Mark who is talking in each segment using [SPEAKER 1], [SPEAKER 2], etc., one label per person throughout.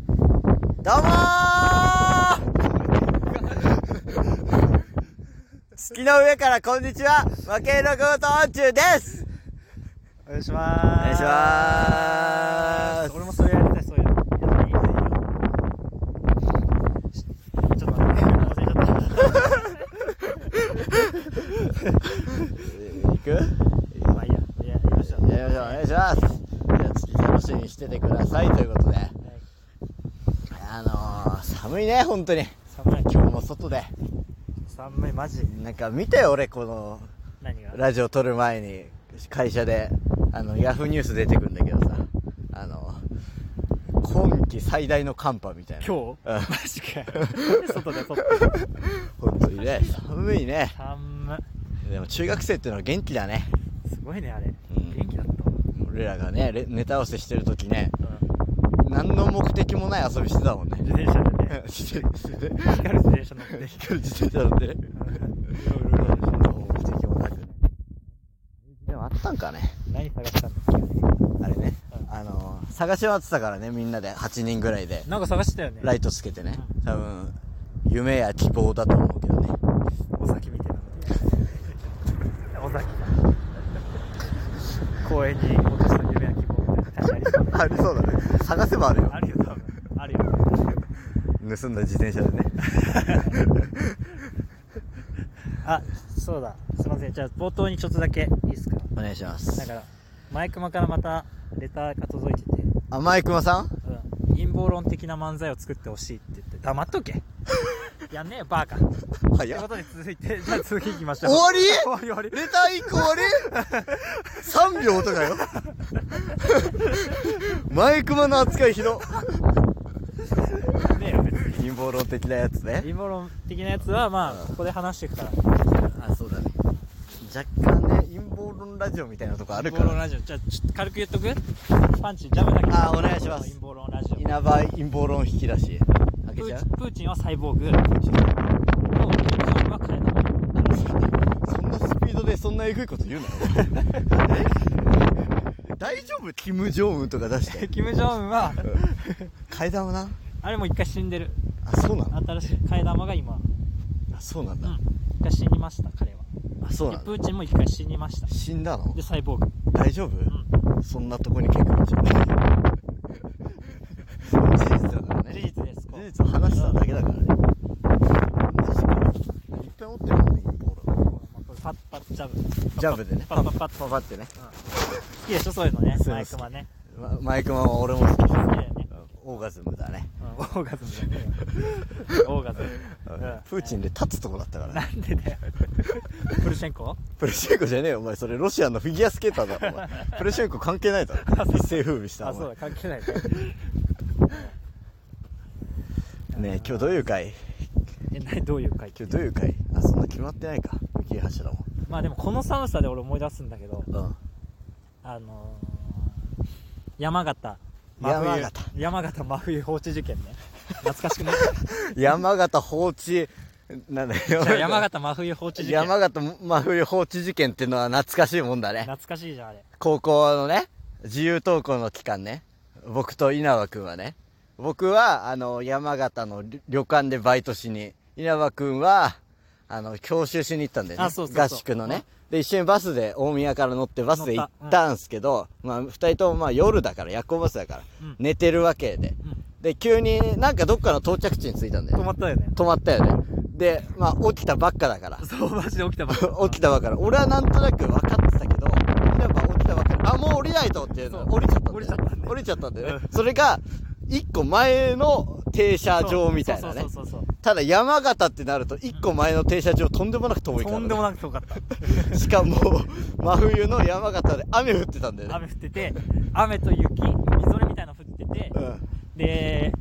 [SPEAKER 1] どうもー月の上からこんにちは和系の強盗音中です
[SPEAKER 2] お願いします。
[SPEAKER 1] お願いします
[SPEAKER 2] 俺もそれやりたい、そういうの。やっていいちょっと待って、忘れちゃった。
[SPEAKER 1] 行く
[SPEAKER 2] まあいいや、いや、やりまし
[SPEAKER 1] やりましょ
[SPEAKER 2] ょう。
[SPEAKER 1] うお願いしますじゃあ月楽しみにしててくださいということであのー、寒いね本当に
[SPEAKER 2] 寒い、
[SPEAKER 1] 今日も外で
[SPEAKER 2] 寒い、マジ。
[SPEAKER 1] なんか見てよ俺この
[SPEAKER 2] 何が
[SPEAKER 1] ラジオ撮る前に会社であのヤフーニュース出てくるんだけどさあの今季最大の寒波みたいな
[SPEAKER 2] 今日
[SPEAKER 1] うん
[SPEAKER 2] マジかよ。なんで外で撮ってる
[SPEAKER 1] 本当にね寒いね
[SPEAKER 2] 寒
[SPEAKER 1] でも中学生ってのは元気だね
[SPEAKER 2] い。すごいね、あれ。
[SPEAKER 1] うん
[SPEAKER 2] 元気だっ
[SPEAKER 1] 俺らがねレネタ合わせしてる時ね
[SPEAKER 2] た。うん
[SPEAKER 1] 何の目的もない遊びしてたもんね。
[SPEAKER 2] 自転車でね
[SPEAKER 1] してるしてる
[SPEAKER 2] 光る自転車乗って。
[SPEAKER 1] 光る自転車乗ってね
[SPEAKER 2] いろいろいろいろ
[SPEAKER 1] 目的もなくでもあったんかね
[SPEAKER 2] 何探したんだっ
[SPEAKER 1] あれねあの探し回ってたからねみんなで8人ぐらいで
[SPEAKER 2] けなんか探してたよね。
[SPEAKER 1] ライトつけてね多分夢や希望だと思うけどね
[SPEAKER 2] 尾崎みたいなの尾 崎公園に落とした夢や希望みたいな確かにありそう
[SPEAKER 1] ありそうだ
[SPEAKER 2] だよ
[SPEAKER 1] ね探せばあるよ
[SPEAKER 2] あるよ多分あるよ
[SPEAKER 1] 盗んだ自転車でね
[SPEAKER 2] あそうだすいませんじゃあ冒頭にちょっとだけいいですか
[SPEAKER 1] お願いします
[SPEAKER 2] だからマイクマからまたレターが届いてて、
[SPEAKER 1] 甘い熊さん
[SPEAKER 2] うん、陰謀論的な漫才を作ってほしいって言って黙っとけ やんねえよバーカという
[SPEAKER 1] 早
[SPEAKER 2] こ
[SPEAKER 1] っ
[SPEAKER 2] とで続いてじゃあ続きいきましょ
[SPEAKER 1] 終
[SPEAKER 2] う
[SPEAKER 1] わり
[SPEAKER 2] 終わり終わ
[SPEAKER 1] レ
[SPEAKER 2] り
[SPEAKER 1] ター1個終わり ?3 秒とかよ。マイクマの扱いひど。
[SPEAKER 2] ねえよ別に
[SPEAKER 1] 陰謀論的なやつね。
[SPEAKER 2] 陰謀論的なやつはまあここで話していくから
[SPEAKER 1] あ、そうだね。若干ね、陰謀論ラジオみたいなとこある
[SPEAKER 2] 陰
[SPEAKER 1] か
[SPEAKER 2] 謀論
[SPEAKER 1] ら。
[SPEAKER 2] ラジオじゃあちょっと軽く言っとくパンチジャブだけ
[SPEAKER 1] あお願いします
[SPEAKER 2] 陰謀論ラジオ
[SPEAKER 1] 稲葉陰謀論引き出し。開
[SPEAKER 2] プ
[SPEAKER 1] けちゃう
[SPEAKER 2] ープーチンはサイボーグと金正恩は変えた
[SPEAKER 1] そんなスピードでそんなえぐいこと言うなよ。え 大丈夫キム・ジョンウンとか出して。
[SPEAKER 2] キム・ジョンウンは
[SPEAKER 1] 階段はな。
[SPEAKER 2] あれもう一回死んでる
[SPEAKER 1] あ、そうなの
[SPEAKER 2] 新しい替え玉が今
[SPEAKER 1] あ、そうなん
[SPEAKER 2] う
[SPEAKER 1] だ
[SPEAKER 2] ん。一回死にました彼は
[SPEAKER 1] あ、そうな
[SPEAKER 2] で
[SPEAKER 1] んだ
[SPEAKER 2] プ。ーチンも一回死にました
[SPEAKER 1] 死んだの
[SPEAKER 2] でサイボーグ
[SPEAKER 1] 大丈夫、
[SPEAKER 2] う
[SPEAKER 1] そんなとこに結構ちゃう事実だからね
[SPEAKER 2] 事実です
[SPEAKER 1] 事実を話しただけだからねいっぱい持ってるもんね陰謀論
[SPEAKER 2] こうまあこれパッパッジャブ
[SPEAKER 1] ジャブでね
[SPEAKER 2] パッパッパッ
[SPEAKER 1] パパってね、
[SPEAKER 2] 好きでしょそういうのね
[SPEAKER 1] そう
[SPEAKER 2] マイクマね
[SPEAKER 1] まマイクマンは俺も好きです
[SPEAKER 2] 好きだよね
[SPEAKER 1] オーガズムだね、
[SPEAKER 2] うんオーガズ ムだねオーガズムうん
[SPEAKER 1] プーチンで立つとこだったから
[SPEAKER 2] な
[SPEAKER 1] ね
[SPEAKER 2] んでだよ。プルシェンコ
[SPEAKER 1] プルシェンコじゃねえよお前それロシアのフィギュアスケーターだろお前プルシェンコ関係ないだろ一世風靡した
[SPEAKER 2] あ、
[SPEAKER 1] お
[SPEAKER 2] そう
[SPEAKER 1] 前
[SPEAKER 2] だ、関係ないね。
[SPEAKER 1] ねえ今日どういう回
[SPEAKER 2] え、なにどういう会
[SPEAKER 1] 今日どういう回あそんな決まってないか浮き柱も
[SPEAKER 2] まあでもこの寒さで俺思い出すんだけど、
[SPEAKER 1] うん
[SPEAKER 2] あのー、山形。
[SPEAKER 1] 山形。
[SPEAKER 2] 山形真冬放置 事件ね。懐かしくね。
[SPEAKER 1] 山形放置なんだよ
[SPEAKER 2] じゃあ山形真冬放置事件。
[SPEAKER 1] 山形真冬放置事件っていうのは懐かしいもんだね
[SPEAKER 2] 懐かしいじゃん、あれ。
[SPEAKER 1] 高校のね自由登校の期間ね僕と稲葉君はね僕はあの山形の旅旅館でバイトしに稲葉君はあの教習しに行ったんだよね
[SPEAKER 2] あそうそうそう
[SPEAKER 1] 合宿のねで一緒にバスで大宮から乗ってバスで行
[SPEAKER 2] 乗ったうん
[SPEAKER 1] ったんすけど、まあ、2人ともまあ夜だから夜行バスだから、
[SPEAKER 2] うん
[SPEAKER 1] 寝てるわけで
[SPEAKER 2] うん。
[SPEAKER 1] で急になんかどっかの到着地に着いたんだよね
[SPEAKER 2] 止まったよね。
[SPEAKER 1] 止まったよねでまあ起きたばっかだから
[SPEAKER 2] そう、マジで起きたば っか
[SPEAKER 1] 起きたばっかだ俺はなんとなく分かってたけど稲葉起きたばっかだあもう降りないとっていうの
[SPEAKER 2] そう
[SPEAKER 1] 降りちゃったんだよ
[SPEAKER 2] 降りちゃったんだよ
[SPEAKER 1] 降りちゃったんだよねそれが一個前の停車場みたいなね
[SPEAKER 2] そうそうそう
[SPEAKER 1] ただ山形ってなると一個前の停車場とんでもなく遠
[SPEAKER 2] そう。
[SPEAKER 1] いか
[SPEAKER 2] と
[SPEAKER 1] ら、
[SPEAKER 2] んでも
[SPEAKER 1] ね、
[SPEAKER 2] なく遠かった。
[SPEAKER 1] しかも真冬の山形で雨降ってたんだよね
[SPEAKER 2] 雨降ってて、雨と雪、みぞれみたいなの降ってて、
[SPEAKER 1] うん
[SPEAKER 2] で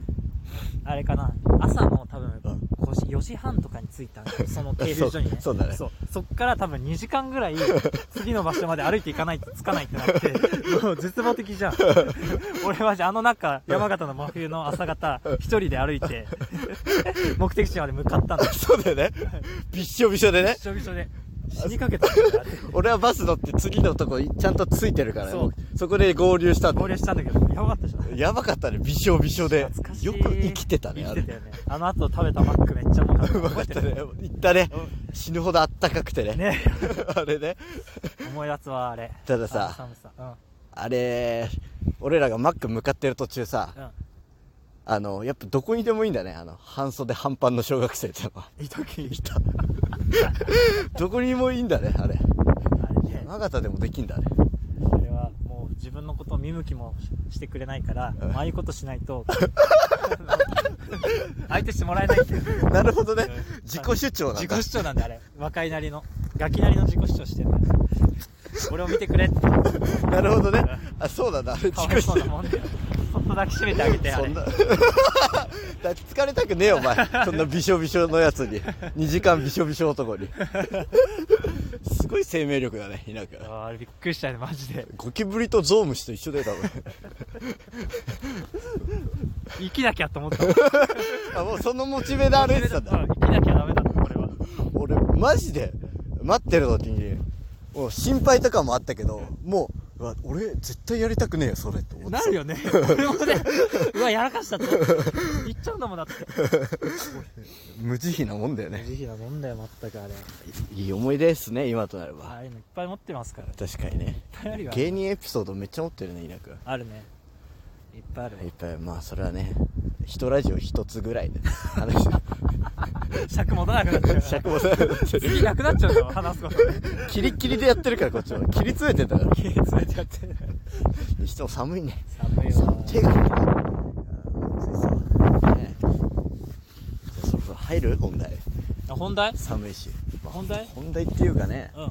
[SPEAKER 2] あれかな朝の多分
[SPEAKER 1] うん
[SPEAKER 2] 5時4時半とかに着いた んですよその停留所にね
[SPEAKER 1] そうそうだね
[SPEAKER 2] そうそっから多分2時間ぐ らい次の場所まで歩いていかないと着かないってなってもう絶望的 じゃん俺はじゃああの中山形の真冬の朝方一人で歩 いて目的地まで向かったんだ
[SPEAKER 1] そうだよねびっしょびしょでね
[SPEAKER 2] びしょびしょで死にかけたんだよあれ
[SPEAKER 1] 俺はバス乗って次のとこちゃんとついてるから
[SPEAKER 2] そう
[SPEAKER 1] そこで合流したんだ
[SPEAKER 2] 合流したんだけどやばかったじゃん
[SPEAKER 1] やばかったねびしょびしょでよ
[SPEAKER 2] 懐
[SPEAKER 1] く
[SPEAKER 2] かしい
[SPEAKER 1] 生きてたね
[SPEAKER 2] 生
[SPEAKER 1] あ
[SPEAKER 2] き
[SPEAKER 1] れ
[SPEAKER 2] てたよねあの後食べたマックめっちゃうま かった
[SPEAKER 1] うまかったね行ったね死ぬほどあったかくてね
[SPEAKER 2] ね
[SPEAKER 1] あれね
[SPEAKER 2] 思い出すわあれ
[SPEAKER 1] たださ
[SPEAKER 2] あの寒さうん
[SPEAKER 1] あれ俺らがマック向かってる途中さ
[SPEAKER 2] う
[SPEAKER 1] あのやっぱどこにでもいいんだねあの半袖半パンの小学生ってのは
[SPEAKER 2] んいとき
[SPEAKER 1] いたどこにもいいんだねあれ
[SPEAKER 2] あれね
[SPEAKER 1] 山形でもできんだね
[SPEAKER 2] それはもう自分のことを見向きもしてくれないから、
[SPEAKER 1] うん
[SPEAKER 2] ああいうことしないと相手してもらえないっていう
[SPEAKER 1] なるほどね自己主張なん
[SPEAKER 2] 自
[SPEAKER 1] だ
[SPEAKER 2] 己主張なんだあれ若いなりのガキなりの自己主張してるんだ俺を見てくれって
[SPEAKER 1] なるほどねあそうなんだあれ
[SPEAKER 2] か
[SPEAKER 1] 自
[SPEAKER 2] わい
[SPEAKER 1] 己
[SPEAKER 2] そう
[SPEAKER 1] 主
[SPEAKER 2] なもんだよそっと抱きしめてあげてあ
[SPEAKER 1] そ
[SPEAKER 2] れ
[SPEAKER 1] んな 抱きつかれたくねえよお前そんなびしょびしょのやつに2時間びしょびしょ男 にすごい生命力だね田舎
[SPEAKER 2] あれびっくりしたねマジで
[SPEAKER 1] ゴキブリとゾウムシと一緒だよ
[SPEAKER 2] 生きなきゃと 思った
[SPEAKER 1] 多分 あもうそのモチベで歩いてたん
[SPEAKER 2] う
[SPEAKER 1] だ
[SPEAKER 2] ん生きなきゃダメだったこれは
[SPEAKER 1] 俺マジで待ってる時にもう心配とかもあったけどもううわ俺絶対やりたくねえよそれって思って
[SPEAKER 2] な
[SPEAKER 1] た
[SPEAKER 2] るよね俺もね うわやらかしたって言っちゃうんだもんだって
[SPEAKER 1] 無慈悲なもんだよね
[SPEAKER 2] 慈悲なもんだよ全くあれ
[SPEAKER 1] いい思い出ですね今となれ
[SPEAKER 2] あ
[SPEAKER 1] ば
[SPEAKER 2] あいうのいっぱい持ってますからいっ
[SPEAKER 1] 確かにね
[SPEAKER 2] ぱいあるよ
[SPEAKER 1] 芸人エピソードめっちゃ持ってるね田舎
[SPEAKER 2] あるねいっぱいある
[SPEAKER 1] いっぱいまあそれはね一ラジオ一つぐらいで話 して
[SPEAKER 2] 尺持たなくなっちゃう
[SPEAKER 1] 尺
[SPEAKER 2] から
[SPEAKER 1] もさ
[SPEAKER 2] 次なくなっちゃうよ話すこと
[SPEAKER 1] キリッキリでやってるからこっちは切り詰めてんだから
[SPEAKER 2] 気詰めちゃって
[SPEAKER 1] にしても寒いね
[SPEAKER 2] 寒いわ
[SPEAKER 1] 手がねじゃあそろそろ入る本題
[SPEAKER 2] あ本題
[SPEAKER 1] 寒いし、まあ
[SPEAKER 2] 本題
[SPEAKER 1] 本題っていうかね
[SPEAKER 2] うん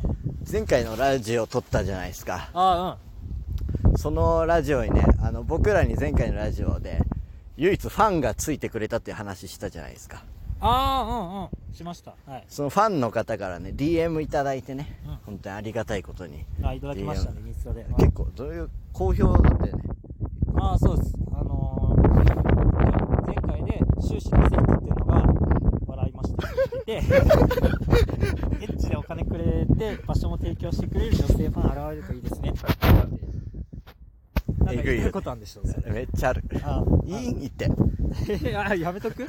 [SPEAKER 1] 前回のラジオ撮ったじゃないですか
[SPEAKER 2] あ
[SPEAKER 1] そのラジオにねあの僕らに前回のラジオで唯一ファンがついてくれたっていう話したじゃないですか
[SPEAKER 2] あうんああうんうんしましたはい
[SPEAKER 1] そのファンの方からね DM いただいてね、
[SPEAKER 2] うん
[SPEAKER 1] 本当にありがたいことに
[SPEAKER 2] あいただきましたねインスタで
[SPEAKER 1] 結構どういう好評だったよね
[SPEAKER 2] ああそうですあのー、前回で収支のせいって言ってるのが笑いました って言ってエッチでお金くれて場所も提供してくれる女性ファン現れるといいですねなんか言ってることあるんでしょうそれ
[SPEAKER 1] めっちゃある
[SPEAKER 2] あ
[SPEAKER 1] いいん言って
[SPEAKER 2] ああやめとくや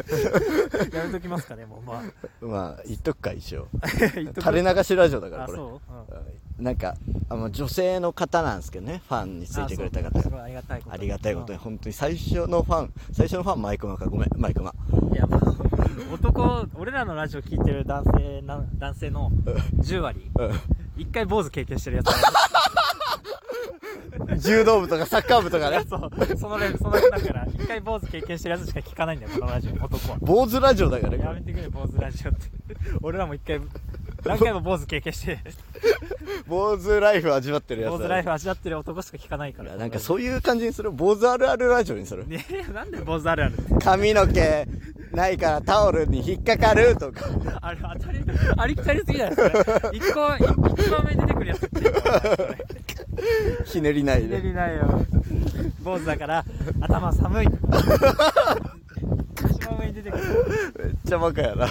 [SPEAKER 2] めときますかねもう まあ
[SPEAKER 1] まあ言っとくか一応
[SPEAKER 2] 言っとく
[SPEAKER 1] 垂れ流しラジオだから
[SPEAKER 2] あ
[SPEAKER 1] これ
[SPEAKER 2] そう、うん
[SPEAKER 1] うんなんかあの女性の方なんですけどねファンについてくれた
[SPEAKER 2] あそう
[SPEAKER 1] 方
[SPEAKER 2] す
[SPEAKER 1] が
[SPEAKER 2] ごいありがたいこと
[SPEAKER 1] ありがたいことに本当に最初のファン最初のファンマイクマかごめんマイクマ
[SPEAKER 2] うんいやもう男俺らのラジオ聞いてる男性な男性の10割一回坊主経験してるやつ
[SPEAKER 1] 柔道部とかサッカー部とかね
[SPEAKER 2] そう、そのレベル、そのレベルだから、一回坊主経験してるやつしか聞かないんだよ、このラジオ、男は。
[SPEAKER 1] 坊主ラジオだから
[SPEAKER 2] や
[SPEAKER 1] ね
[SPEAKER 2] めてくれ、坊主ラジオって。 俺らも一回、何回も坊主経験して、
[SPEAKER 1] 坊主ライフ味わってるやつ
[SPEAKER 2] 坊
[SPEAKER 1] だ
[SPEAKER 2] 主ライフ味わってる男しか聞かないか
[SPEAKER 1] い
[SPEAKER 2] ら。
[SPEAKER 1] やなんかそういう感じにする坊主あるあるラジオにする
[SPEAKER 2] ねえ、なんで坊主あるあるって。
[SPEAKER 1] 髪の毛ないからタオルに引っかかるとか
[SPEAKER 2] あれ、当たり、ありきたりすぎじゃないですか。一個、一一番目に出てくるやつっていうのは。
[SPEAKER 1] ひねりない
[SPEAKER 2] 出
[SPEAKER 1] で
[SPEAKER 2] てないよ。坊主だから、頭寒い。一番上に出てくる。
[SPEAKER 1] めっちゃバカやな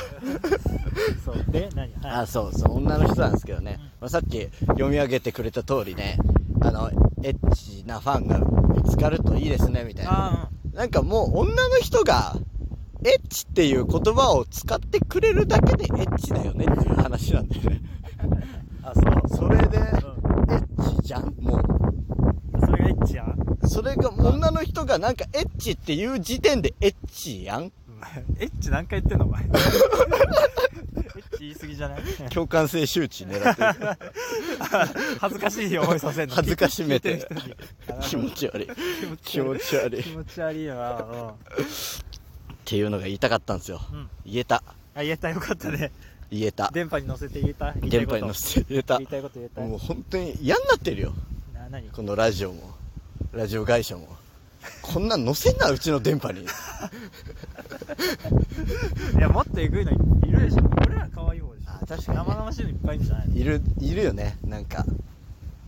[SPEAKER 2] そう。で、何はい
[SPEAKER 1] あそうそう女の人なんですけどね、まあ、さっき読み上げてくれた通りねあのエッチなファンが見つかるといいですねみたいな
[SPEAKER 2] あ
[SPEAKER 1] なんかもう女の人がエッチっていう言葉を使ってくれるだけでエッチだよねっていう話なんだよね
[SPEAKER 2] あ、うん。あ、
[SPEAKER 1] それでエ
[SPEAKER 2] ん
[SPEAKER 1] ッチじゃんもう
[SPEAKER 2] そう。それがエッチやん。
[SPEAKER 1] それが女の人がなんかエッチっていう時点でエッチやん
[SPEAKER 2] エッチ何回言ってんのお前エッチ言い過ぎじゃない
[SPEAKER 1] 共感性周知狙ってるから
[SPEAKER 2] 恥ずかしい思いさせんの
[SPEAKER 1] 恥ずかしめて
[SPEAKER 2] 聞いる人に
[SPEAKER 1] 気持ち悪い気
[SPEAKER 2] 気
[SPEAKER 1] 持
[SPEAKER 2] 持
[SPEAKER 1] ち悪いっ
[SPEAKER 2] 気持ち悪いよな
[SPEAKER 1] ていうのが言いたかったんですよ
[SPEAKER 2] うん、うん、
[SPEAKER 1] 言えた
[SPEAKER 2] あ言えたよかったね
[SPEAKER 1] 言えた
[SPEAKER 2] 電波に乗せて言えた言いた
[SPEAKER 1] 電
[SPEAKER 2] いこ
[SPEAKER 1] 波
[SPEAKER 2] と
[SPEAKER 1] に乗せて言えた
[SPEAKER 2] 言いたいこと言えた
[SPEAKER 1] もう本当に嫌になってるよ
[SPEAKER 2] な何
[SPEAKER 1] このラジオもラジオ会社もこんなん載せんなうちの電波に
[SPEAKER 2] いやもっとえぐいのいるでしょ俺ら可愛い方でしょ
[SPEAKER 1] あ確
[SPEAKER 2] 生々しいのいっぱいいるんじゃないの
[SPEAKER 1] いるいるよねなんか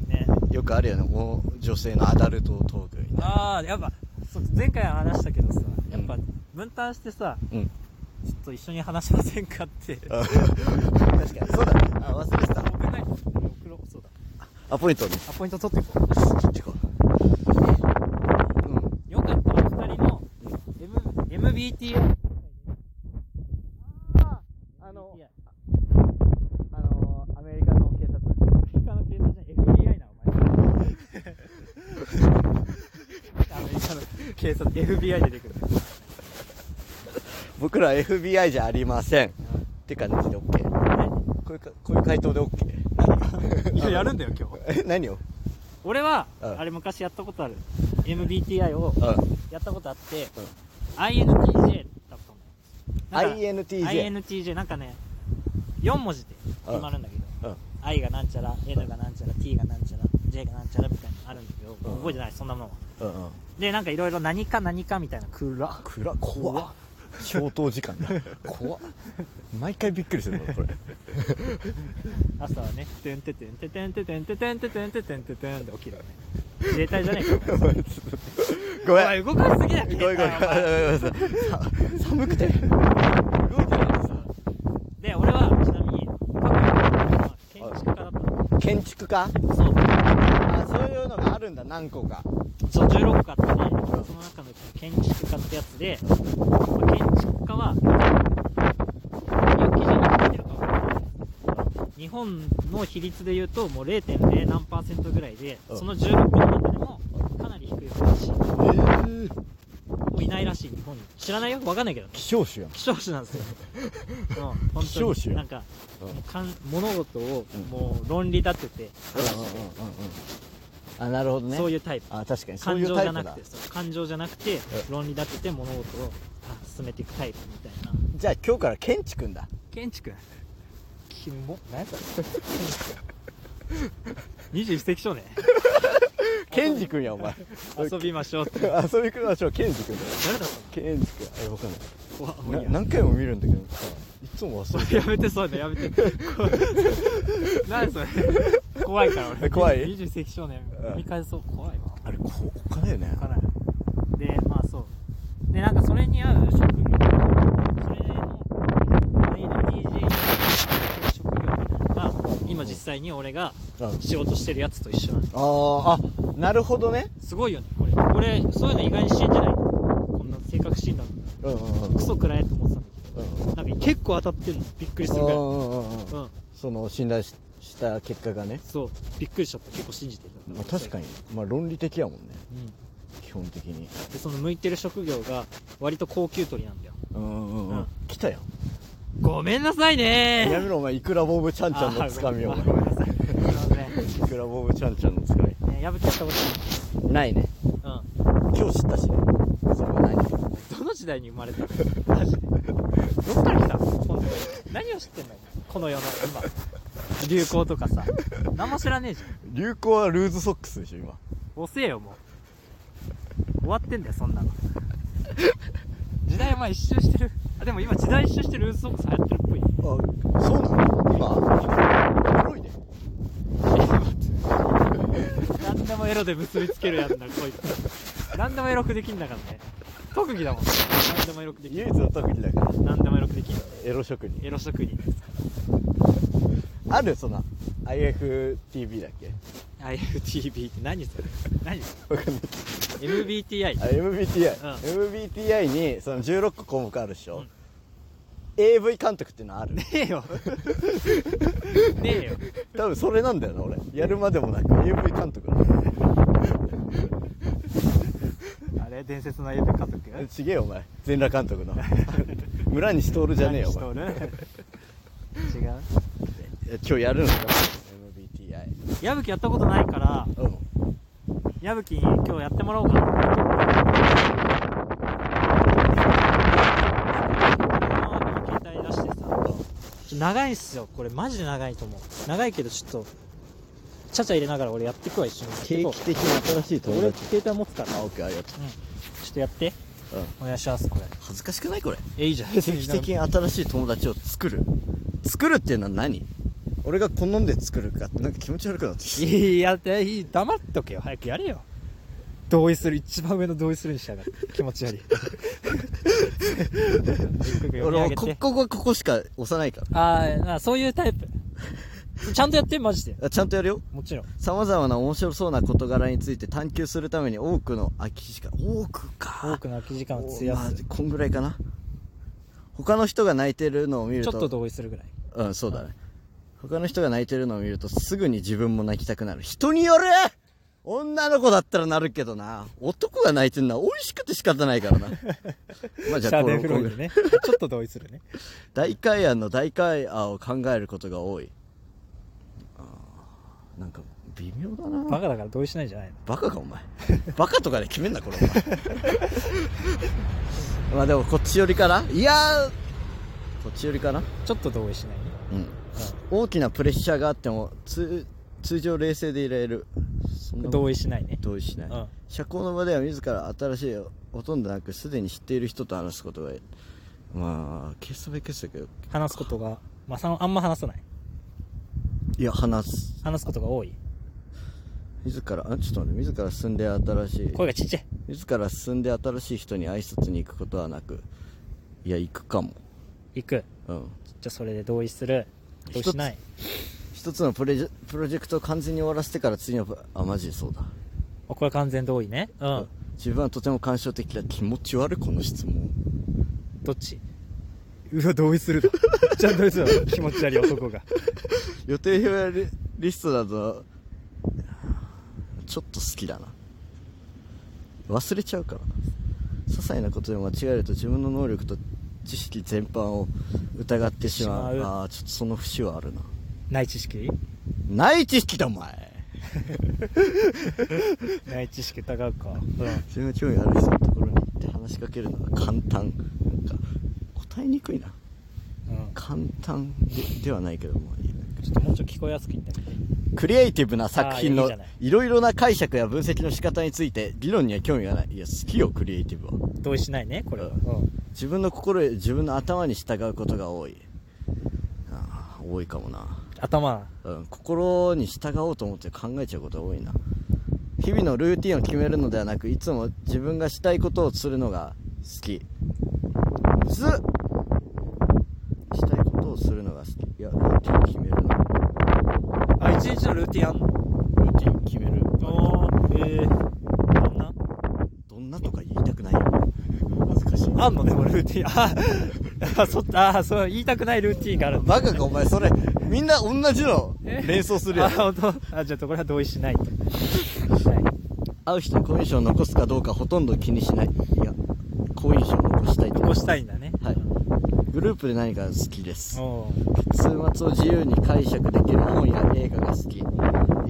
[SPEAKER 2] ね
[SPEAKER 1] よくあるよねお女性のアダルトトークみたいな
[SPEAKER 2] ああやっぱそう前回話したけどさやっぱ
[SPEAKER 1] う
[SPEAKER 2] 分担してさ
[SPEAKER 1] うん
[SPEAKER 2] ちょっと一緒に話しませんかって
[SPEAKER 1] あ確かにそうだあ忘れてた
[SPEAKER 2] 僕れないと思って送ろうそうだ
[SPEAKER 1] アポイントね
[SPEAKER 2] アポイント取っていこ
[SPEAKER 1] こっち行こううん
[SPEAKER 2] うよかったら2人の M MBTI
[SPEAKER 1] ああのあのアメリカの警察
[SPEAKER 2] アメリカの警察じゃ FBI なお前アメリカの警察 FBI 出てくる
[SPEAKER 1] 僕ら FBI じゃありませんって感じで OK こういうかこういう回答で OK
[SPEAKER 2] いややるんだよ今日
[SPEAKER 1] え何を
[SPEAKER 2] 俺は、
[SPEAKER 1] うん
[SPEAKER 2] あれ昔やったことある MBTI を
[SPEAKER 1] うん
[SPEAKER 2] やったことあって、
[SPEAKER 1] うん
[SPEAKER 2] INTJ だったのよなんか
[SPEAKER 1] INTJ
[SPEAKER 2] INTJ なんかね4文字で決まるんだけど、
[SPEAKER 1] うん
[SPEAKER 2] I がなんちゃら N がなんちゃら T がなんちゃら J がなんちゃらみたいなのあるんだけど、
[SPEAKER 1] うん
[SPEAKER 2] 覚えてないそんなものは
[SPEAKER 1] うんうん
[SPEAKER 2] でなんかいろいろ何か何かみたいな
[SPEAKER 1] 暗暗怖っ消灯時 間だ怖っ毎回びっくりするのこれ
[SPEAKER 2] 朝はね「てんててんててんててんててんててんててんててん」で起きるよね自衛隊じゃねえか
[SPEAKER 1] ご
[SPEAKER 2] お
[SPEAKER 1] め
[SPEAKER 2] 前
[SPEAKER 1] ん
[SPEAKER 2] 動かしすぎだっ
[SPEAKER 1] ごめ
[SPEAKER 2] け
[SPEAKER 1] んごめんごめんごめんさ寒くて動いてないさ
[SPEAKER 2] で俺はちなみに過去にまあ建築家だったの
[SPEAKER 1] 建築家
[SPEAKER 2] そう
[SPEAKER 1] あそういうのがあるんだ何個か
[SPEAKER 2] そう16個あってその中の建築家ってやつで、まあ、建築家は野球じゃなくてるかもしれない日本の比率で言うともう0.0何パーセントぐらいで
[SPEAKER 1] うん
[SPEAKER 2] その16個の中でもかなり低い方らしい
[SPEAKER 1] ええ
[SPEAKER 2] もういないらしい日本に知らないよわかんないけどね
[SPEAKER 1] 希少種やん
[SPEAKER 2] 希少種なんです よもう本
[SPEAKER 1] 希
[SPEAKER 2] 当
[SPEAKER 1] 少
[SPEAKER 2] に
[SPEAKER 1] 種
[SPEAKER 2] なんか
[SPEAKER 1] うん
[SPEAKER 2] もうかん物事を
[SPEAKER 1] うん
[SPEAKER 2] もう論理立てて、
[SPEAKER 1] あなるほどね
[SPEAKER 2] そういうタイプ
[SPEAKER 1] あ確かにそう
[SPEAKER 2] 感
[SPEAKER 1] いう
[SPEAKER 2] 情
[SPEAKER 1] タ
[SPEAKER 2] じ
[SPEAKER 1] イ
[SPEAKER 2] ゃ
[SPEAKER 1] プ
[SPEAKER 2] な
[SPEAKER 1] だ
[SPEAKER 2] くてそう感情じゃなくて論理立てて物事をあ進めていくタイプみたいな
[SPEAKER 1] じゃあ今日からケンチ君だ
[SPEAKER 2] 建築キモ何やった21世 紀少年
[SPEAKER 1] ケンジ君やお前
[SPEAKER 2] 遊びましょうって
[SPEAKER 1] 遊びくましょうケンジ君だよ
[SPEAKER 2] 誰だっ
[SPEAKER 1] ケンジ君あわかんない
[SPEAKER 2] たの怖もういい
[SPEAKER 1] な
[SPEAKER 2] や
[SPEAKER 1] 何回も見るんだけどさいつも忘れ
[SPEAKER 2] それやめてそういうの やめて怖い何それ怖いから俺
[SPEAKER 1] 怖い
[SPEAKER 2] 21世紀少年
[SPEAKER 1] うん
[SPEAKER 2] 見返そう怖いわ
[SPEAKER 1] あれこうおっかないよね
[SPEAKER 2] わからないでまあそうでなんかそれに合う職業それの INTJ に合う職業みたいなのが今実際に俺が
[SPEAKER 1] うん
[SPEAKER 2] 仕事してるやつと一緒なの
[SPEAKER 1] あーあなるほどね
[SPEAKER 2] すごいよねこれ俺そういうの意外に信じないこんな性格診断
[SPEAKER 1] うんうんうん
[SPEAKER 2] クソくらえと思ってたんだ
[SPEAKER 1] うん
[SPEAKER 2] けどなんか結構当たってるのびっくりする
[SPEAKER 1] う
[SPEAKER 2] ぐらい
[SPEAKER 1] んうんうんうん
[SPEAKER 2] うん
[SPEAKER 1] その信頼しした結果がね、
[SPEAKER 2] そうびっくりしちゃった結構信じてる
[SPEAKER 1] まあ、確か
[SPEAKER 2] に、
[SPEAKER 1] に、まあ、論理的やもんね
[SPEAKER 2] うん、
[SPEAKER 1] 基本的に
[SPEAKER 2] でその向いてる職業が割と高級鳥なんだよ
[SPEAKER 1] うんうん
[SPEAKER 2] うん
[SPEAKER 1] 来たよ
[SPEAKER 2] ごめんなさいねー
[SPEAKER 1] やめろお前いくらボブちゃんちゃんのつかみを
[SPEAKER 2] あごめんなさい。すいません。
[SPEAKER 1] いくらボブちゃんちゃんのつか
[SPEAKER 2] ね、やぶきやったこ
[SPEAKER 1] みないね
[SPEAKER 2] とない。
[SPEAKER 1] 今日知ったしねそれはないね
[SPEAKER 2] うん。どの時代に生まれたマジで。どっから来た本当に。何を知ってんのこの世の今。流行とかさ。何も知らねえじゃん。
[SPEAKER 1] 流行はルーズソックスでしょ今
[SPEAKER 2] 遅えよ、もう。終わってんだよ、そんなの。時代はまあ一周してる。あ、でも今時代一周してルーズソックス流行ってるっぽい。
[SPEAKER 1] あそうなの今黒いね
[SPEAKER 2] 何でもエロで結びつけるやつだ、こいつ。何でもエロくできんだからね。特技だもん。何でもエロくできる
[SPEAKER 1] 唯。一の特技だから
[SPEAKER 2] 何でもエロくできる。
[SPEAKER 1] エロ職人
[SPEAKER 2] エロ職人
[SPEAKER 1] あるその IFTV だっけ
[SPEAKER 2] IFTB って何それ何そ
[SPEAKER 1] わかんない
[SPEAKER 2] れ MBTI
[SPEAKER 1] あ MBTI、MBTI にその16個項目あるでしょ、AV 監督っていうのある
[SPEAKER 2] ねえよねえよ
[SPEAKER 1] 多分それなんだよな俺やるまでもなく AV 監督なんだよ
[SPEAKER 2] あれ伝説の AV 家族
[SPEAKER 1] ちげえよお前全裸監督 の村西徹じゃねえよお前
[SPEAKER 2] 何しとる違う
[SPEAKER 1] え今日やるんすか MBTI
[SPEAKER 2] 矢吹やったことないから
[SPEAKER 1] うん
[SPEAKER 2] 矢吹に今日やってもらおうかな携帯出してさちょ長いんすよこれマジで長いと思う長いけどちょっとちゃちゃ入れながら俺やってくわ一緒に
[SPEAKER 1] 定期的に新しい友
[SPEAKER 2] 俺
[SPEAKER 1] 達
[SPEAKER 2] 携帯持つから
[SPEAKER 1] あ OK ありがと
[SPEAKER 2] ちょっとやって。
[SPEAKER 1] う、うん、
[SPEAKER 2] お願いします、これ。
[SPEAKER 1] 恥ずかしくないこれ
[SPEAKER 2] え、いい じゃん。
[SPEAKER 1] 定期的に新しい友達を作る作るっていうのは何俺が好んで作るかってなんか気持ち悪くなってきた
[SPEAKER 2] いや、いい黙っとけよ。早くやれよ。同意する。一番上の同意するにしやがって。気持 ち悪い。俺
[SPEAKER 1] 俺もここここここしか押さないから
[SPEAKER 2] あーまあ、そういうタイプ。ちゃんとやってマジで
[SPEAKER 1] あちゃんとやるよ
[SPEAKER 2] もちろん
[SPEAKER 1] さまざまな面白そうな事柄について探求するために多くの空き時間多くか
[SPEAKER 2] 多くの空き時間を費や
[SPEAKER 1] まあ
[SPEAKER 2] す
[SPEAKER 1] こんぐらいかな他の人が泣いてるのを見る
[SPEAKER 2] ちょ
[SPEAKER 1] と
[SPEAKER 2] っと同意するぐらい
[SPEAKER 1] うんそうだね他の人が泣いてるのを見るとすぐに自分も泣きたくなる人による女の子だったらなるけどな男が泣いてるのは美味しくて仕方ない からなまあ
[SPEAKER 2] シ
[SPEAKER 1] じゃ
[SPEAKER 2] ャ
[SPEAKER 1] あ
[SPEAKER 2] ー
[SPEAKER 1] こ
[SPEAKER 2] デン
[SPEAKER 1] れこ
[SPEAKER 2] フロイド
[SPEAKER 1] れ
[SPEAKER 2] ねちょっと同意するね
[SPEAKER 1] 大会案の大会案を考えることが多いあーなんか微妙だな
[SPEAKER 2] バカだから同意しないんじゃないの
[SPEAKER 1] バカかお前バカとかで決めんなこれお前 まあでもこっち寄りかないやーこっち寄りかな
[SPEAKER 2] ちょっと同意しないね
[SPEAKER 1] うん大きなプレッシャーがあっても通通常冷静でいられるそん
[SPEAKER 2] うん
[SPEAKER 1] な
[SPEAKER 2] 同意しないね
[SPEAKER 1] 同意しない、
[SPEAKER 2] うん
[SPEAKER 1] 社交の場では自ら新しいほとんどなくすでに知っている人と話すことがまあケースバイケースだけど
[SPEAKER 2] 話すことがまあそのあんま話さない
[SPEAKER 1] いや話す
[SPEAKER 2] 話すことが多い
[SPEAKER 1] 自らあちょっと待って自ら進んで新しい
[SPEAKER 2] 声がちっちゃい
[SPEAKER 1] 自ら進んで新しい人に挨拶に行くことはなくいや行くかも
[SPEAKER 2] 行く
[SPEAKER 1] うん
[SPEAKER 2] じゃあそれで同意する同意しない
[SPEAKER 1] 一つのプレジェプロジェクトを完全に終わらせてから次のプあマジでそうだ
[SPEAKER 2] あこれ完全同意ねうん
[SPEAKER 1] 自分はとても感傷的だ気持ち悪いこの質問
[SPEAKER 2] どっちうわ同意する じゃあ同意する気持ち悪い男 が
[SPEAKER 1] 予定表やリリストだとちょっと好きだな忘れちゃうからな些細なことで間違えると自分の能力と知識全般を疑ってしまう
[SPEAKER 2] しまう
[SPEAKER 1] ああちょっとその節はあるな
[SPEAKER 2] ない知識
[SPEAKER 1] ない知識だお前
[SPEAKER 2] ない知識疑うかうん
[SPEAKER 1] 自分が興味ある人のところに行って話しかけるのが簡単なんか答えにくいな
[SPEAKER 2] うん
[SPEAKER 1] 簡単でではないけども
[SPEAKER 2] ちょっともうちょっと聞こえやすく言ってみて
[SPEAKER 1] クリエイティブな作品
[SPEAKER 2] あーいい
[SPEAKER 1] の
[SPEAKER 2] じゃない
[SPEAKER 1] いろいろな解釈や分析の仕方について理論には興味がないいや好きよクリエイティブは
[SPEAKER 2] 同意しないねこれは、
[SPEAKER 1] う
[SPEAKER 2] うん
[SPEAKER 1] 自分の心へ自分の頭に従うことが多いあー多いかもな、
[SPEAKER 2] 頭
[SPEAKER 1] うん、心に従おうと思って考えちゃうことが多いな日々のルーティンを決めるのではなくいつも自分がしたいことをするのが好きむずっしたいことをするのが好きいやルーティン決めるの
[SPEAKER 2] あ一日のルーティンあんの
[SPEAKER 1] ルーティン決める
[SPEAKER 2] あーえー、どんな
[SPEAKER 1] どんなとか言いたくないよ恥ずかしい
[SPEAKER 2] あんのでもルーティンあーあそあーそう言いたくないルーティンがあるん
[SPEAKER 1] バ
[SPEAKER 2] だ
[SPEAKER 1] カかお前それみんな同じの連想するや
[SPEAKER 2] あ
[SPEAKER 1] ん
[SPEAKER 2] 本当あじゃあこれは同意しないとしない
[SPEAKER 1] 会う人に好印象を残すかどうかほとんど気にしないいや好印象を残したいと
[SPEAKER 2] 残したいんだね
[SPEAKER 1] はいグループで何か好きです
[SPEAKER 2] お
[SPEAKER 1] 結末を自由に解釈できる本や映画が好き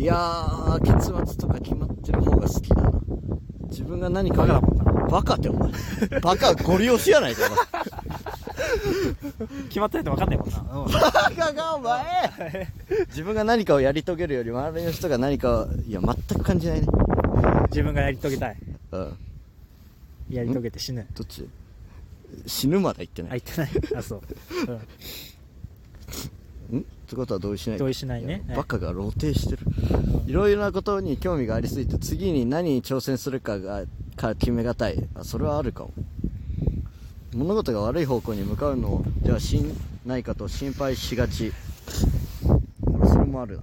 [SPEAKER 1] いやー結末とか決まってる方が好きだな自分が何かを
[SPEAKER 2] バカだもん
[SPEAKER 1] バカってお前バカゴリ押しやないかお前
[SPEAKER 2] 決まってないと分かんないもんな、うん
[SPEAKER 1] バカがお前自分が何かをやり遂げるより周りの人が何かをいや全く感じないね
[SPEAKER 2] 自分がやり遂げたい
[SPEAKER 1] うん
[SPEAKER 2] やり遂げて死ぬ
[SPEAKER 1] どっち死ぬまで言って
[SPEAKER 2] あ
[SPEAKER 1] な
[SPEAKER 2] 言
[SPEAKER 1] い
[SPEAKER 2] ってない あそう、うん
[SPEAKER 1] んってことは同意しない
[SPEAKER 2] 同意しないね
[SPEAKER 1] や
[SPEAKER 2] はい
[SPEAKER 1] バカが露呈してるいろいろなことに興味がありすぎて次に何に挑戦するかがか決めがたいあそれはあるかも物事が悪い方向に向かうのではしないかと心配しがちあそれもあるな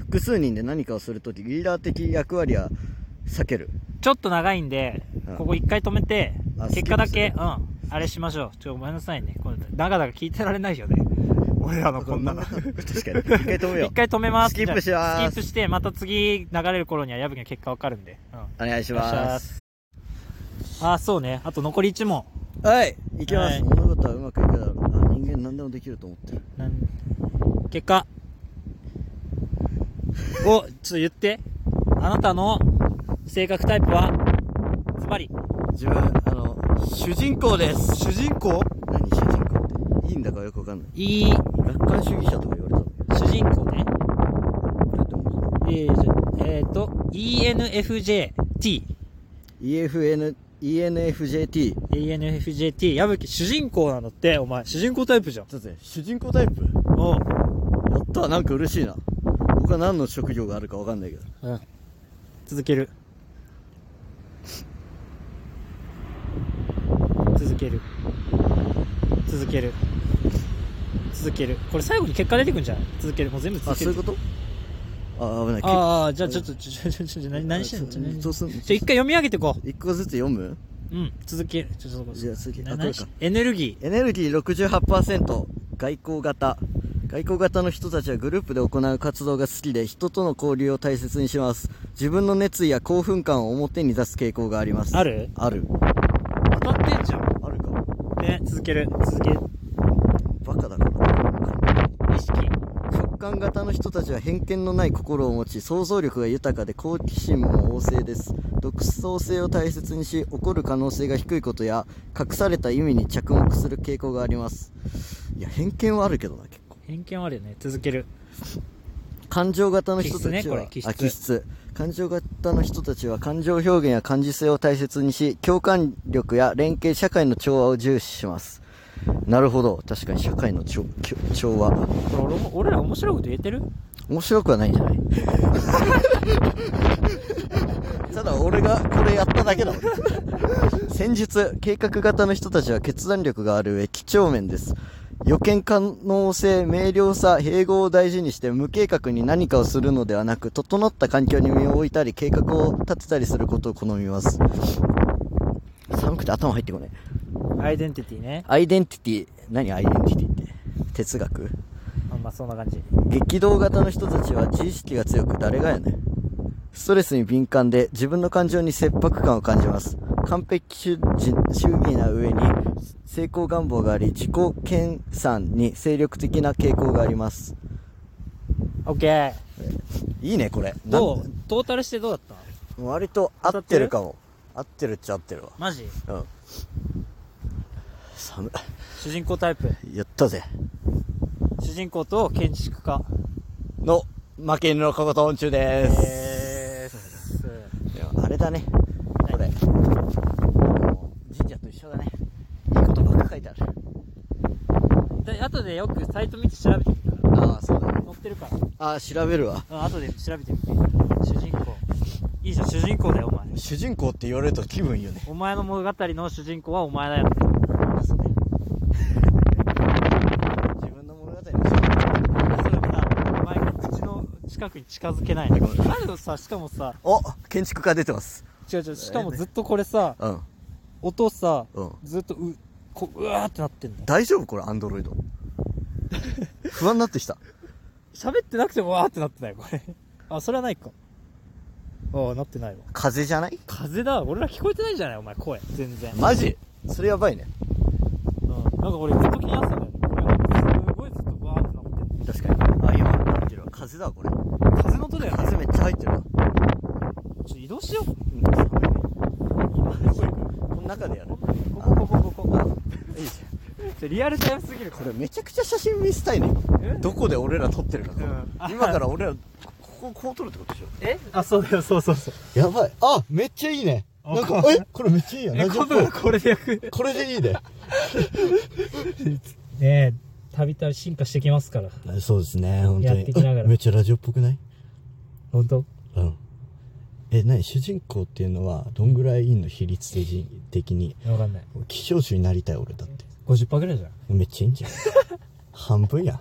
[SPEAKER 1] 複数人で何かをするときリーダー的役割は避ける
[SPEAKER 2] ちょっと長いんで、
[SPEAKER 1] うん
[SPEAKER 2] ここ一回止めて
[SPEAKER 1] あ、
[SPEAKER 2] 結果だ
[SPEAKER 1] ス
[SPEAKER 2] け
[SPEAKER 1] キッ、プ
[SPEAKER 2] うん、あれしましょう。ちょ、ごめんなさいね。これ、長々聞いてられないよね。 俺らのこんな の。
[SPEAKER 1] 確かに一回止めよう
[SPEAKER 2] 一回止めます。
[SPEAKER 1] スキップします
[SPEAKER 2] スキップして、また次流れる頃には矢吹の結果わかるんで。うん。お
[SPEAKER 1] お願いし
[SPEAKER 2] 願いし
[SPEAKER 1] ま
[SPEAKER 2] ますす。あ、そうね。あと残り1問。
[SPEAKER 1] はい行きます、
[SPEAKER 2] はい
[SPEAKER 1] 物事はうまくいくだろうあ人間何でもできると思ってる
[SPEAKER 2] なん結果。を、ちょっと言って。あなたの性格タイプは、ズバリ。
[SPEAKER 1] 自分あの主人公です主人公何主人公っていいんだかよくわかんない
[SPEAKER 2] いい
[SPEAKER 1] 楽観主義者とか言われた
[SPEAKER 2] 主人公ね。
[SPEAKER 1] だっても
[SPEAKER 2] えーじゃあえーと、ENFJT。
[SPEAKER 1] う EFN ENFJT
[SPEAKER 2] ENFJT。矢吹、主人公なのって、お前、主人公タイプじゃん。
[SPEAKER 1] だって主人公タイプや
[SPEAKER 2] おう
[SPEAKER 1] ったなんか嬉しいな僕は何の職業があるかわかんないけど
[SPEAKER 2] うん。続ける。続ける。続ける。続けるこれ最後に結果出てくんじゃない続けるもう全部
[SPEAKER 1] あ
[SPEAKER 2] 続け
[SPEAKER 1] そうい
[SPEAKER 2] る
[SPEAKER 1] うことあ危ないあ
[SPEAKER 2] ああじゃあちょっとちょちょちょちょ何何してんのちょ何
[SPEAKER 1] そうすんの
[SPEAKER 2] ちょ一回読み上げてこ
[SPEAKER 1] 一個ずつ読む
[SPEAKER 2] ううん続けるちょっとそこ
[SPEAKER 1] じゃあ次
[SPEAKER 2] な
[SPEAKER 1] あこれ
[SPEAKER 2] 何
[SPEAKER 1] か
[SPEAKER 2] エネルギ
[SPEAKER 1] エネルギー68%外交型外交型の人たちはグループで行う活動が好きで人との交流を大切にします自分の熱意や興奮感を表に出す傾向があります
[SPEAKER 2] ーある
[SPEAKER 1] ある
[SPEAKER 2] 当たってんじゃん
[SPEAKER 1] あるか
[SPEAKER 2] ね続ける続ける
[SPEAKER 1] バカだから
[SPEAKER 2] 意識
[SPEAKER 1] 直感型の人たちは偏見のない心を持ち想像力が豊かで好奇心も旺盛です独創性を大切にし起こる可能性が低いことや隠された意味に着目する傾向がありますいや偏見はあるけどな結構
[SPEAKER 2] 偏見はあるよね続ける
[SPEAKER 1] 感情型の人たちは、
[SPEAKER 2] 気質ねこれ気質
[SPEAKER 1] あ気質感情型の人たちは感情表現や感受性を大切にし共感力や連携社会の調和を重視しますなるほど確かに社会の調きょ調和
[SPEAKER 2] これ俺も俺ら面白いこと言えてる
[SPEAKER 1] 面白くはないんじゃないただ俺がこれやっただけだもん戦術計画型の人たちは決断力がある上几帳面です予見可能性明瞭さ併合を大事にして無計画に何かをするのではなく整った環境に身を置いたり計画を立てたりすることを好みます寒くて頭入ってこない
[SPEAKER 2] アイデンティティね
[SPEAKER 1] アイデンティティ何アイデンティティって哲学
[SPEAKER 2] あまあそんな感じ
[SPEAKER 1] 激動型の人たちは自意識が強く誰がやねんストレスに敏感で自分の感情に切迫感を感じます完璧主義主義な上に成功願望があり自己研鑽に精力的な傾向があります
[SPEAKER 2] オッケー
[SPEAKER 1] いいねこれ
[SPEAKER 2] どうトータルしてどうだった
[SPEAKER 1] なん割と合ってるかも合ってるっちゃ合ってるわ
[SPEAKER 2] マジ
[SPEAKER 1] うん寒
[SPEAKER 2] 主人公タイプ
[SPEAKER 1] いやったぜ
[SPEAKER 2] 主人公と建築家
[SPEAKER 1] の負け犬の小言音中です、
[SPEAKER 2] えー
[SPEAKER 1] いやあれだねこれ神社と一緒だねいいことばっか書いてある
[SPEAKER 2] で後でよくサイト見て調べてみたら
[SPEAKER 1] ああそうだ
[SPEAKER 2] 載ってるから
[SPEAKER 1] ああ調べるわ
[SPEAKER 2] うん後で調べてみて主人公いいじゃん主人公だよお前
[SPEAKER 1] 主人公って言われると気分いいよね
[SPEAKER 2] お前の物語の主人公はお前だよ
[SPEAKER 1] あそうだよ自分の物語に
[SPEAKER 2] それさお前の口の近くに近づけない
[SPEAKER 1] ごめん
[SPEAKER 2] あるさしかもさ
[SPEAKER 1] お建築家出てます
[SPEAKER 2] 違う違うしかもずっとこれさ
[SPEAKER 1] うん
[SPEAKER 2] 音さ
[SPEAKER 1] うん
[SPEAKER 2] ずっとうこううわーってなってんの
[SPEAKER 1] 大丈夫これアンドロイ ド不安になってきた
[SPEAKER 2] 喋ってなくてもわーってなってないこれあそれはないかああなってないわ
[SPEAKER 1] 風邪じゃない
[SPEAKER 2] 風だ俺ら聞こえてないんじゃないお前声全然、
[SPEAKER 1] マジそれやばいね
[SPEAKER 2] うん、なんか俺ずっと気になってたんだよねこれなんかすごいずっとわーってなってる
[SPEAKER 1] 確かにあ今なってるわ風だわこれ
[SPEAKER 2] 風の音だよね
[SPEAKER 1] 風めっちゃ入ってるわ
[SPEAKER 2] ちょっと移動しよう
[SPEAKER 1] うん寒いね今すごいこの中でやる
[SPEAKER 2] こここここここ
[SPEAKER 1] いいじゃん
[SPEAKER 2] ちょリアルタイムすぎるこ
[SPEAKER 1] これめちゃくちゃ写真見せたいね
[SPEAKER 2] え
[SPEAKER 1] どこで俺ら撮ってるか、
[SPEAKER 2] うん
[SPEAKER 1] 今から俺らこここう撮るってことでしょ
[SPEAKER 2] えあそうだよそうそうそう
[SPEAKER 1] やばいあめっちゃいいねなんかえこれめっちゃいいやん
[SPEAKER 2] え
[SPEAKER 1] ラジオ
[SPEAKER 2] 今
[SPEAKER 1] っぽ
[SPEAKER 2] 度
[SPEAKER 1] い
[SPEAKER 2] はこれでやく
[SPEAKER 1] これでいいね
[SPEAKER 2] ねえたびたび進化してきますから
[SPEAKER 1] そうですね本
[SPEAKER 2] やっていきながら
[SPEAKER 1] えめっちゃラジオっぽくない
[SPEAKER 2] 本当
[SPEAKER 1] うんえ何主人公っていうのはどんぐらいいいの比率的的に
[SPEAKER 2] わかんない
[SPEAKER 1] 希少種になりたい俺だって
[SPEAKER 2] 50%ぐらいじゃん
[SPEAKER 1] めっちゃいい んじゃん半分やん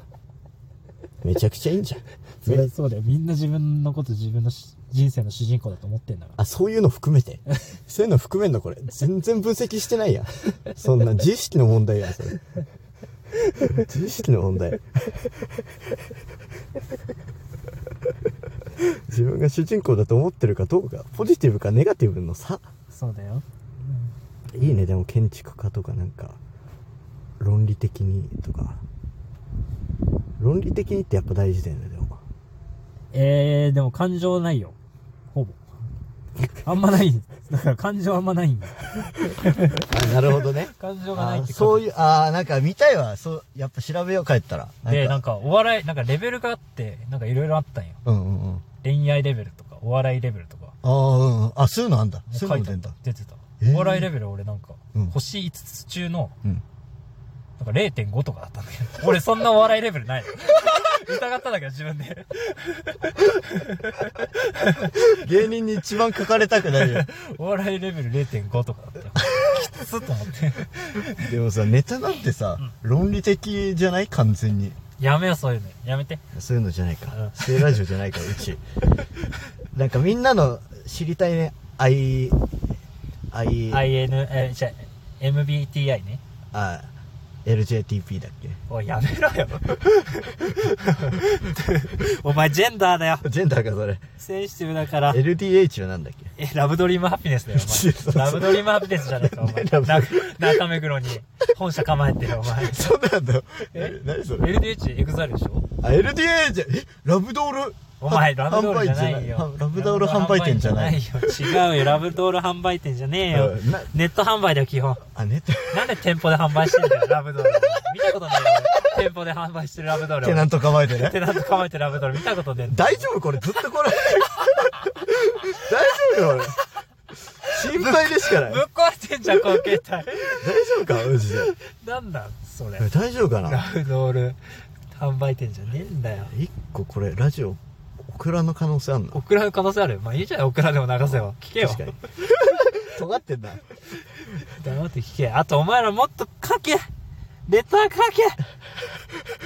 [SPEAKER 1] めちゃくちゃいいんじゃん
[SPEAKER 2] それそうだよみんな自分のこと自分のし人生の主人公だと思ってんだから
[SPEAKER 1] あ、そういうの含めて。 そういうの含めんのこれ。全然分析してないやん。そんな、自意識の問題やん、それ。自意識の問題。自分が主人公だと思ってるかどうか、ポジティブかネガティブの差。
[SPEAKER 2] そうだよ
[SPEAKER 1] いいね、でも建築家とかなんか、論理的にとか。論理的にってやっぱ大事だよね、でも。
[SPEAKER 2] えー、でも感情ないよほぼあんまないだから感情あんまないんだ
[SPEAKER 1] あ、なるほどね。
[SPEAKER 2] 感情がないって
[SPEAKER 1] そう
[SPEAKER 2] う
[SPEAKER 1] いう、ああ、なんか見たいわ。そう、やっぱ調べよう、帰ったら。
[SPEAKER 2] でなんかお笑いなんかレベルがあってなんかいろいろあったんよ
[SPEAKER 1] うんうんうん。
[SPEAKER 2] 恋愛レベルとかお笑いレベルとか
[SPEAKER 1] ああ、うんうん。あ、そういうのあんだ。そういうの
[SPEAKER 2] 書
[SPEAKER 1] も出
[SPEAKER 2] いてあ
[SPEAKER 1] ん
[SPEAKER 2] っ
[SPEAKER 1] だ
[SPEAKER 2] た。出てた、
[SPEAKER 1] えー
[SPEAKER 2] お笑いレベル俺なんか、
[SPEAKER 1] うん
[SPEAKER 2] 星5つ中の
[SPEAKER 1] うん。
[SPEAKER 2] なんか0.5とかだったんだけど 俺そんなお笑いレベル ない疑ったんだけど自分で
[SPEAKER 1] 芸人に一番書かれたくないよ。
[SPEAKER 2] お笑いレベル0.5とかだったよきつっと思って。
[SPEAKER 1] でもさネタなんてさ、論理的じゃない完全に
[SPEAKER 2] やめよ、そういうの。やめて。
[SPEAKER 1] そういうのじゃないか
[SPEAKER 2] うん
[SPEAKER 1] 正ラジオじゃないからう ちなんかみんなの知りたいね I I,
[SPEAKER 2] IN、え、じゃ MBTI ね。
[SPEAKER 1] あ LJTP だっ
[SPEAKER 2] おい、やめろよ。お前、ジェンダーだよ。
[SPEAKER 1] けジェンダーかそれ
[SPEAKER 2] センシティブだから。
[SPEAKER 1] LDH はなんだっけ
[SPEAKER 2] え、ラブドリームハピネスだよ、
[SPEAKER 1] そうそう
[SPEAKER 2] お前。ラブドリームハピネスじゃないか、お前。
[SPEAKER 1] ねラブド
[SPEAKER 2] な中目黒に本社構えてる、お前。
[SPEAKER 1] そうなんだ
[SPEAKER 2] え
[SPEAKER 1] 何そ
[SPEAKER 2] LDH エグザイルでしょ
[SPEAKER 1] あ LDH じゃえラブドール
[SPEAKER 2] お前、
[SPEAKER 1] 販
[SPEAKER 2] ラブドールじゃない
[SPEAKER 1] 販売
[SPEAKER 2] よ
[SPEAKER 1] 店。ラブドール販売店じゃない
[SPEAKER 2] ラブドール販売店じゃないよ。違うよ、ラブドール販売
[SPEAKER 1] う
[SPEAKER 2] 店じゃねえよ
[SPEAKER 1] んな。
[SPEAKER 2] ネット販売だよ、基本。
[SPEAKER 1] あネット
[SPEAKER 2] なんで店舗で販売してんだよ、ラブドール。見たことないよ、俺店舗で販売してるラブドール。
[SPEAKER 1] テナント構えてね
[SPEAKER 2] テナント構えてるラブドール見たことねえんだよ
[SPEAKER 1] 大丈夫これずっとこれ 大丈夫よ俺心配でし かない
[SPEAKER 2] ぶっ壊してんじゃん、この携帯。
[SPEAKER 1] 大丈夫かマジで
[SPEAKER 2] なんなん、それ
[SPEAKER 1] え。大丈夫かな
[SPEAKER 2] ラブドール販売店じゃねえんだよ。
[SPEAKER 1] 一個これラジオオクラの可能性あんの
[SPEAKER 2] オクラの可能性あるまあいいじゃん、オクラでも流せよ。聞けよ
[SPEAKER 1] 確。かに尖ってんだ
[SPEAKER 2] 黙って聞け。あとお前らもっと書けレター書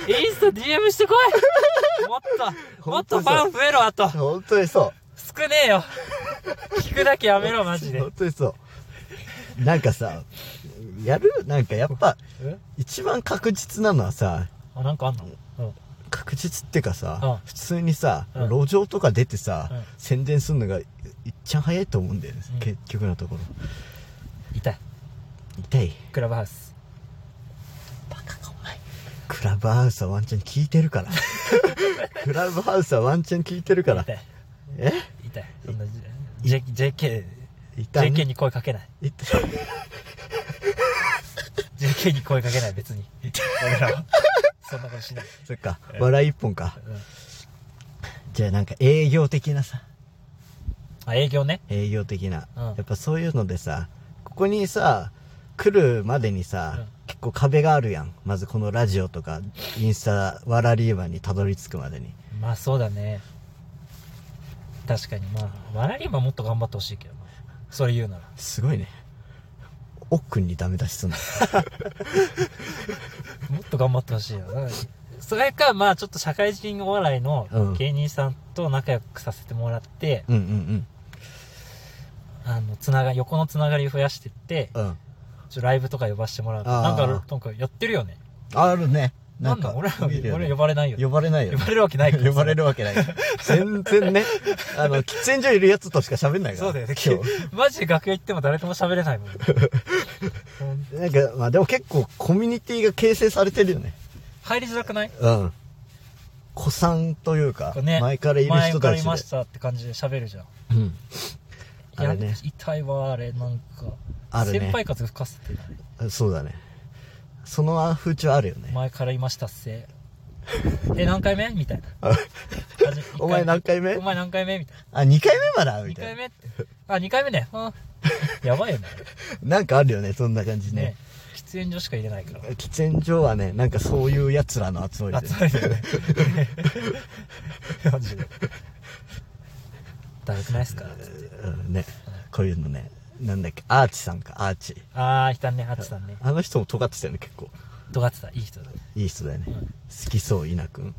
[SPEAKER 2] けインスタ DM してこいもっ と、もっとファン増えろ、あと。
[SPEAKER 1] 本当にそ
[SPEAKER 2] 少ねえよ。聞くだけやめろ、 マジ
[SPEAKER 1] う
[SPEAKER 2] で。
[SPEAKER 1] 本当にそうなんかさやるなんかやっぱ
[SPEAKER 2] え
[SPEAKER 1] 一番確実なのはさ
[SPEAKER 2] あ、なんかあんのうん。
[SPEAKER 1] 確実ってかさ、
[SPEAKER 2] うん
[SPEAKER 1] 普通にさ、
[SPEAKER 2] うん
[SPEAKER 1] 路上とか出てさ、
[SPEAKER 2] うん
[SPEAKER 1] 宣伝するのがいいっちゃん早いと思うんだよね、
[SPEAKER 2] うん
[SPEAKER 1] 結局のところ
[SPEAKER 2] 痛い。
[SPEAKER 1] 痛い
[SPEAKER 2] クラブハウス。
[SPEAKER 1] クラブハウスはワンチャン聞いてるから クラブハウスはワンチャン聞いてるから
[SPEAKER 2] 痛い。
[SPEAKER 1] え
[SPEAKER 2] 痛い。そんな、J、JK、
[SPEAKER 1] 痛い
[SPEAKER 2] JK に声かけない。
[SPEAKER 1] 痛い
[SPEAKER 2] JK に声かけない、別に。 俺らは。そんなことしない。
[SPEAKER 1] そっか笑い一本か
[SPEAKER 2] うん。
[SPEAKER 1] じゃあなんか営業的なさ
[SPEAKER 2] あ、営業ね。
[SPEAKER 1] 営業的な、
[SPEAKER 2] うん
[SPEAKER 1] やっぱそういうのでさここにさ来るまでにさ、
[SPEAKER 2] うん
[SPEAKER 1] 結構壁があるやんまずこのラジオとかインスタワラリーマンにたどり着くまでに
[SPEAKER 2] まあそうだね確かにまあわらりばもっと頑張ってほしいけどなそれ言うなら
[SPEAKER 1] すごいね奥君にダメ出しすん の
[SPEAKER 2] もっと頑張ってほしいよなそれかまあちょっと社会人お笑いの
[SPEAKER 1] うん
[SPEAKER 2] 芸人さんと仲良くさせてもらって、
[SPEAKER 1] うんうん
[SPEAKER 2] あのつなが横のつながり増やしてって
[SPEAKER 1] うんうん
[SPEAKER 2] ちょライブとか呼ばしてもらう
[SPEAKER 1] あー
[SPEAKER 2] なんかなんかやってるよね
[SPEAKER 1] あるね
[SPEAKER 2] なんだ俺ら、
[SPEAKER 1] 見るよね
[SPEAKER 2] 俺ら呼ばれないよ
[SPEAKER 1] 呼ばれないよ
[SPEAKER 2] 呼ばれるわけないから
[SPEAKER 1] 呼ばれるわけない全然ねあの喫煙所いるやつとしか喋んないから
[SPEAKER 2] そうだよね
[SPEAKER 1] 今日
[SPEAKER 2] マジで楽屋行っても誰とも喋れ ないもんうん
[SPEAKER 1] なんかまあでも結構コミュニティが形成されてるよね
[SPEAKER 2] 入りづらくない
[SPEAKER 1] うん子さんというか、
[SPEAKER 2] こうね
[SPEAKER 1] 前からいる
[SPEAKER 2] 前
[SPEAKER 1] 人
[SPEAKER 2] から
[SPEAKER 1] た
[SPEAKER 2] い
[SPEAKER 1] ち
[SPEAKER 2] まし
[SPEAKER 1] で
[SPEAKER 2] たって感じで喋るじゃん
[SPEAKER 1] うんあ
[SPEAKER 2] いや
[SPEAKER 1] れね
[SPEAKER 2] 痛いわあれなんか
[SPEAKER 1] あるね
[SPEAKER 2] 先輩風吹かせてない
[SPEAKER 1] そうだねその風潮あるよね
[SPEAKER 2] 前からいましたっせえ何回目みたいな
[SPEAKER 1] あ
[SPEAKER 2] 初め
[SPEAKER 1] お前何回目
[SPEAKER 2] お前何回目みたい
[SPEAKER 1] あ2回目まで会う
[SPEAKER 2] な
[SPEAKER 1] み
[SPEAKER 2] 2
[SPEAKER 1] たいな
[SPEAKER 2] 回目ってあ二2回目 ねうんやばいよね
[SPEAKER 1] なんかあるよねそんな感じね
[SPEAKER 2] ね喫煙所しか入れないから
[SPEAKER 1] 喫煙所はねなんかそういうやつらの 集まりで
[SPEAKER 2] 集まりだよねマジでだるくないっすかつって
[SPEAKER 1] うんねこういうのねなんだっけアーチさんかアーチ
[SPEAKER 2] ああいたねあつさんね
[SPEAKER 1] あの人も尖ってたよね結構
[SPEAKER 2] 尖ってたいい人だ
[SPEAKER 1] いい人だよね、
[SPEAKER 2] ん
[SPEAKER 1] 好きそう稲君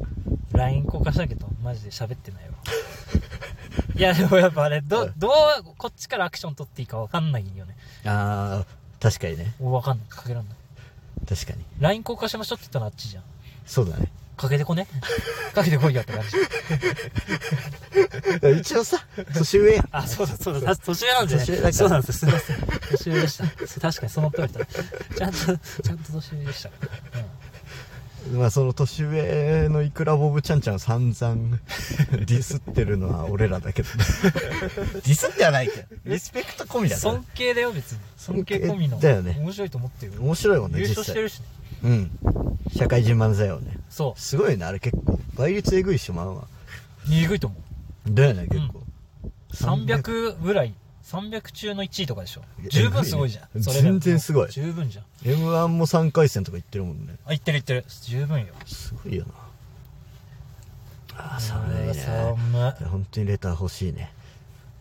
[SPEAKER 2] LINE 交換したけどマジで喋ってないわいやでもやっぱあれどどうこっちからアクション取っていいか分かんないよね
[SPEAKER 1] あー確かにね
[SPEAKER 2] 俺分かんないかけらんない
[SPEAKER 1] 確かに
[SPEAKER 2] LINE 交換しましょうって言ったのあっちじゃん
[SPEAKER 1] そうだね
[SPEAKER 2] かけてこ ねかけてこいよって感じ
[SPEAKER 1] 一応さ年上や ん
[SPEAKER 2] あそうだそうだ年上なんで、ね、
[SPEAKER 1] 年上だから
[SPEAKER 2] そうなんですすいません年上でしたそう確かにその通りだちゃんとちゃんと年上でした、
[SPEAKER 1] まあその年上のいくらボブちゃんちゃんを散々 ディスってるのは俺らだけどねディスってはないけど リスペクト込
[SPEAKER 2] う
[SPEAKER 1] み
[SPEAKER 2] ん、
[SPEAKER 1] だから
[SPEAKER 2] 尊敬だよ別に尊敬込みの
[SPEAKER 1] 尊敬だよね
[SPEAKER 2] 面白いと思ってるよ
[SPEAKER 1] 面白いもんね
[SPEAKER 2] 優
[SPEAKER 1] 実
[SPEAKER 2] 勝して
[SPEAKER 1] 際
[SPEAKER 2] るし、ね、
[SPEAKER 1] うん社会人漫才をね
[SPEAKER 2] そ
[SPEAKER 1] すごいなあれ結構倍率えぐいっしょまあまあ
[SPEAKER 2] う鈍いと思う
[SPEAKER 1] だよね結構、
[SPEAKER 2] 300ぐらい300中の1位とかでしょ
[SPEAKER 1] いや
[SPEAKER 2] 十分すごいじゃ
[SPEAKER 1] えぐい
[SPEAKER 2] ん
[SPEAKER 1] ね
[SPEAKER 2] それでも
[SPEAKER 1] 全然すごい
[SPEAKER 2] 十分じゃん
[SPEAKER 1] m 1も3回戦とか行ってるもんね
[SPEAKER 2] あいってるいってる十分よ
[SPEAKER 1] すごいよなああ寒いね
[SPEAKER 2] 寒い
[SPEAKER 1] 本当にレター欲しいね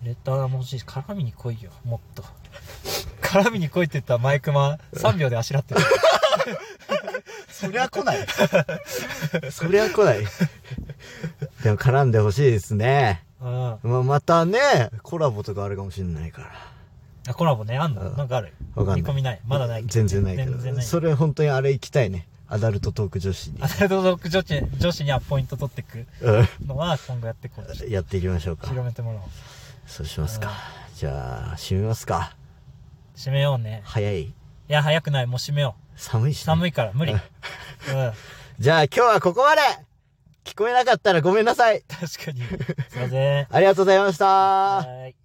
[SPEAKER 2] レターも欲しいし絡みに来いよもっと絡みに来いって言ったマイクマ3秒であし らってる。
[SPEAKER 1] そりゃ来ない。 そりゃ来ない。でも絡んでほしいですね。
[SPEAKER 2] うん。
[SPEAKER 1] まあ、またね、コラボとかあるかもしれないから。
[SPEAKER 2] あコラボね、あんの
[SPEAKER 1] うん
[SPEAKER 2] なんかある
[SPEAKER 1] わかんない
[SPEAKER 2] 見込みない。まだない。
[SPEAKER 1] 全然ないけど。
[SPEAKER 2] 全然ない。
[SPEAKER 1] それ本当にあれ行きたいね。アダルトトーク女子に
[SPEAKER 2] ア。ダルトドッグ女子女子にはポイント取っていく
[SPEAKER 1] う
[SPEAKER 2] のは今後やってこう。
[SPEAKER 1] んやっていきましょうか。
[SPEAKER 2] 広めてもらおう。
[SPEAKER 1] そうしますか。じゃあ、閉めますか。
[SPEAKER 2] 締めようね。
[SPEAKER 1] 早い。
[SPEAKER 2] いや、早くない。もう締めよ
[SPEAKER 1] 寒いし、
[SPEAKER 2] う。
[SPEAKER 1] ね。
[SPEAKER 2] 寒いから無理。うん。
[SPEAKER 1] じゃあ今日はここまで聞こえなかったらごめんなさい。
[SPEAKER 2] 確かに。すいません。
[SPEAKER 1] ありがとうございました。
[SPEAKER 2] はーい。